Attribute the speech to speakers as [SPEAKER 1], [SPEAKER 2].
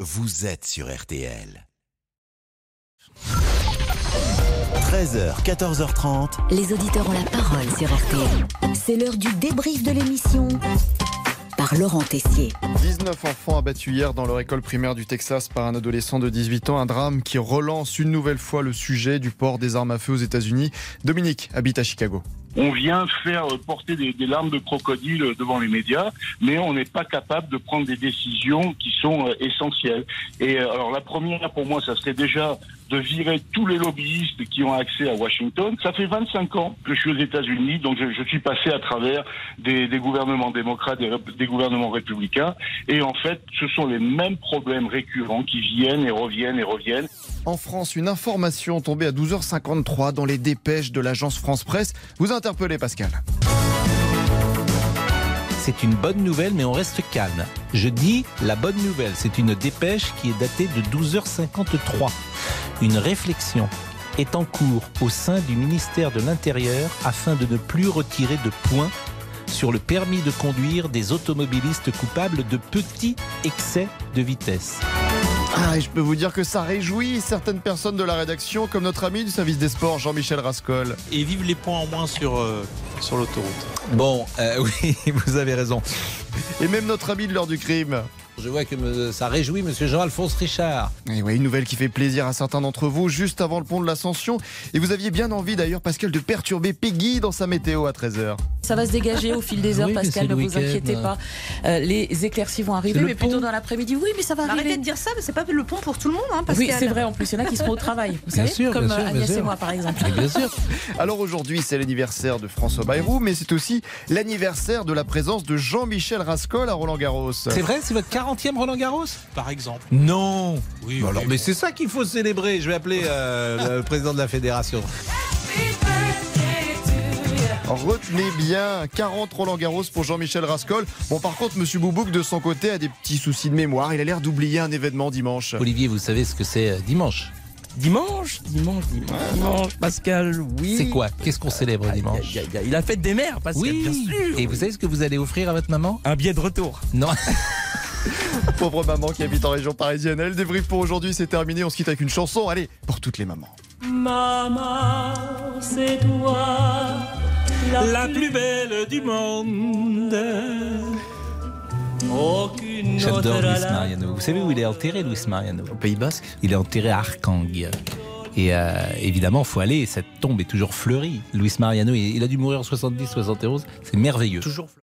[SPEAKER 1] vous êtes sur RTL. 13h, 14h30.
[SPEAKER 2] Les auditeurs ont la parole sur RTL. C'est l'heure du débrief de l'émission par Laurent Tessier.
[SPEAKER 3] 19 enfants abattus hier dans leur école primaire du Texas par un adolescent de 18 ans, un drame qui relance une nouvelle fois le sujet du port des armes à feu aux États-Unis. Dominique habite à Chicago.
[SPEAKER 4] On vient faire porter des, des larmes de crocodile devant les médias, mais on n'est pas capable de prendre des décisions qui sont euh, essentielles. Et euh, alors la première pour moi, ça serait déjà de virer tous les lobbyistes qui ont accès à Washington. Ça fait 25 ans que je suis aux États-Unis, donc je, je, suis passé à travers des, des gouvernements démocrates, des, des, gouvernements républicains, et en fait, ce sont les mêmes problèmes récurrents qui viennent et reviennent et reviennent.
[SPEAKER 3] En France, une information tombée à 12h53 dans les dépêches de l'agence France-Presse. Vous interpellez Pascal.
[SPEAKER 5] C'est une bonne nouvelle, mais on reste calme. Je dis la bonne nouvelle, c'est une dépêche qui est datée de 12h53 une réflexion est en cours au sein du ministère de l'Intérieur afin de ne plus retirer de points sur le permis de conduire des automobilistes coupables de petits excès de vitesse.
[SPEAKER 3] Ah, et je peux vous dire que ça réjouit certaines personnes de la rédaction, comme notre ami du service des sports, Jean-Michel Rascol.
[SPEAKER 6] Et vive les points en moins sur, euh, sur l'autoroute.
[SPEAKER 5] Bon, euh, oui, vous avez raison.
[SPEAKER 3] Et même notre ami de l'heure du crime.
[SPEAKER 5] Je vois que ça réjouit M. Jean-Alphonse Richard.
[SPEAKER 3] Et oui, une nouvelle qui fait plaisir à certains d'entre vous juste avant le pont de l'Ascension. Et vous aviez bien envie d'ailleurs, Pascal, de perturber Peggy dans sa météo à 13h.
[SPEAKER 7] Ça va se dégager au fil
[SPEAKER 5] Ah
[SPEAKER 7] des heures, oui, Pascal, ne vous inquiétez pas. Euh, les éclaircies vont arriver, mais pont. plutôt dans l'après-midi. Oui, mais ça va
[SPEAKER 8] Arrêtez
[SPEAKER 7] arriver.
[SPEAKER 8] Arrêtez de dire ça, mais c'est pas le pont pour tout le monde, hein, Pascal.
[SPEAKER 7] Oui, c'est vrai, en plus, il y en a qui seront au travail. Vous
[SPEAKER 5] bien
[SPEAKER 7] savez,
[SPEAKER 5] sûr,
[SPEAKER 7] comme
[SPEAKER 5] bien sûr,
[SPEAKER 7] Agnès
[SPEAKER 5] bien
[SPEAKER 7] et moi, par exemple.
[SPEAKER 5] Et bien sûr.
[SPEAKER 3] Alors aujourd'hui, c'est l'anniversaire de François Bayrou, mais c'est aussi l'anniversaire de la présence de Jean-Michel Rascol à Roland-Garros.
[SPEAKER 5] C'est vrai, c'est votre 40e Roland Garros
[SPEAKER 6] Par exemple.
[SPEAKER 5] Non oui, bah alors, oui, Mais bon. c'est ça qu'il faut célébrer. Je vais appeler euh, le président de la fédération.
[SPEAKER 3] Retenez bien, 40 Roland Garros pour Jean-Michel Rascol. Bon, par contre, Monsieur Boubouk, de son côté, a des petits soucis de mémoire. Il a l'air d'oublier un événement dimanche.
[SPEAKER 5] Olivier, vous savez ce que c'est euh, dimanche
[SPEAKER 9] Dimanche, dimanche, dimanche, dimanche, Pascal, oui.
[SPEAKER 5] C'est quoi Qu'est-ce qu'on célèbre dimanche
[SPEAKER 9] il, y a, il y a, il a fête des mères, Pascal,
[SPEAKER 5] oui.
[SPEAKER 9] bien sûr.
[SPEAKER 5] Et vous savez ce que vous allez offrir à votre maman
[SPEAKER 9] Un billet de retour.
[SPEAKER 5] Non.
[SPEAKER 3] Pauvre maman qui habite en région parisienne. Elle débrief pour aujourd'hui, c'est terminé. On se quitte avec une chanson. Allez, pour toutes les mamans.
[SPEAKER 10] Maman, c'est toi, la, la plus, plus belle du monde. Aucune
[SPEAKER 5] J'adore Luis Mariano. Vous savez où il est enterré, Luis Mariano
[SPEAKER 9] Au Pays Basque
[SPEAKER 5] Il est enterré à Arkang. Et euh, évidemment, il faut aller. Cette tombe est toujours fleurie. Luis Mariano, il a dû mourir en 70-71. C'est merveilleux.
[SPEAKER 9] Toujours